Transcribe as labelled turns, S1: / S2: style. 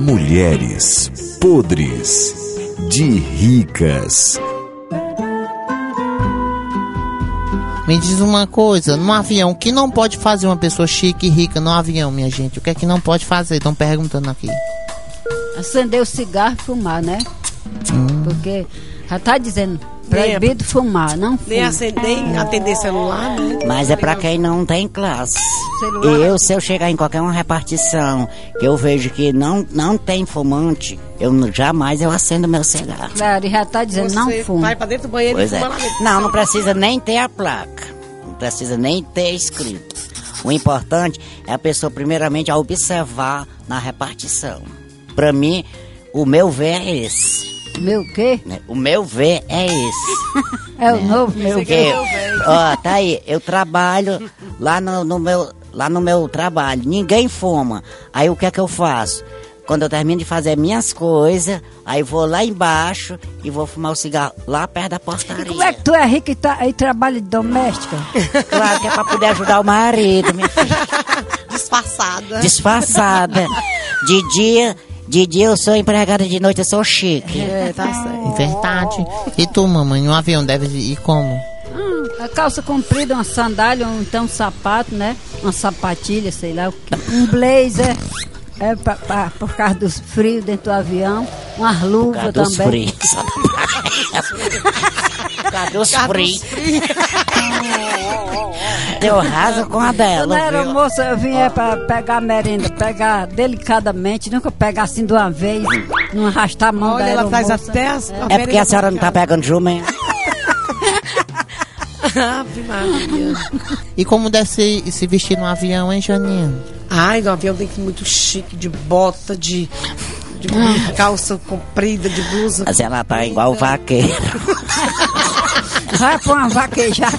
S1: Mulheres podres de ricas.
S2: Me diz uma coisa, no avião, o que não pode fazer uma pessoa chique e rica no avião, minha gente? O que é que não pode fazer? Estão perguntando aqui.
S3: Acender o cigarro e fumar, né? Porque já tá dizendo proibido fumar, não
S4: Nem,
S3: fuma.
S4: acende, nem atender celular, né?
S5: Mas é pra quem não tem classe.
S3: Celular.
S5: Eu, se eu chegar em qualquer uma repartição que eu vejo que não, não tem fumante, eu não- jamais eu acendo meu cigarro.
S3: Claro, já tá dizendo não
S4: Você
S3: fuma.
S4: Vai pra dentro do banheiro
S5: Pois
S4: e
S5: é.
S4: fuma lá dentro.
S5: Não, não precisa nem ter a placa. Não precisa nem ter escrito. O importante é a pessoa, primeiramente, a observar na repartição. Pra mim, o meu ver é esse.
S3: Meu quê?
S5: né? O meu ver é esse.
S3: É o novo meu
S5: Porque,
S3: quê?
S5: ó, tá aí, eu trabalho lá no, no meu, lá no meu trabalho, ninguém fuma. Aí o que é que eu faço? Quando eu termino de fazer minhas coisas, aí vou lá embaixo e vou fumar o cigarro lá perto da portaria.
S3: Como é que tu é rica e, tá, e trabalha de doméstica?
S5: Claro que é pra poder ajudar o marido, minha filha.
S4: Disfarçada.
S5: Disfarçada. De dia, de dia eu sou empregada, de noite eu sou chique.
S4: É, tá certo.
S2: Verdade. E tu, mamãe, no avião deve ir como?
S3: Hum, a calça comprida, uma sandália, ou então um sapato, né? Uma sapatilha, sei lá o quê. Um blazer. É pra, pra- por causa dos frios dentro do avião. Umas
S5: Cadê
S3: luvas
S5: dos
S3: também.
S5: frios? Cadê os frios? Eu raso com a
S3: Quando eu
S5: dela,
S3: era
S5: viu?
S3: moça, eu vinha pra pegar merenda, pegar delicadamente, nunca pegar assim de uma vez, não arrastar a mão
S4: Olha,
S3: da
S4: ela faz
S3: aeromoça.
S4: até as.
S5: É porque a senhora não tá pegando jumento.
S4: Ave Maria.
S2: E como deve se, se vestir no avião, hein, Janine?
S4: Ai, no avião tem que ir muito chique, de bota, de, de calça comprida, de blusa.
S5: Mas ela tá igual o vaqueiro.
S4: assim.
S3: Vai pra uma vaquejada.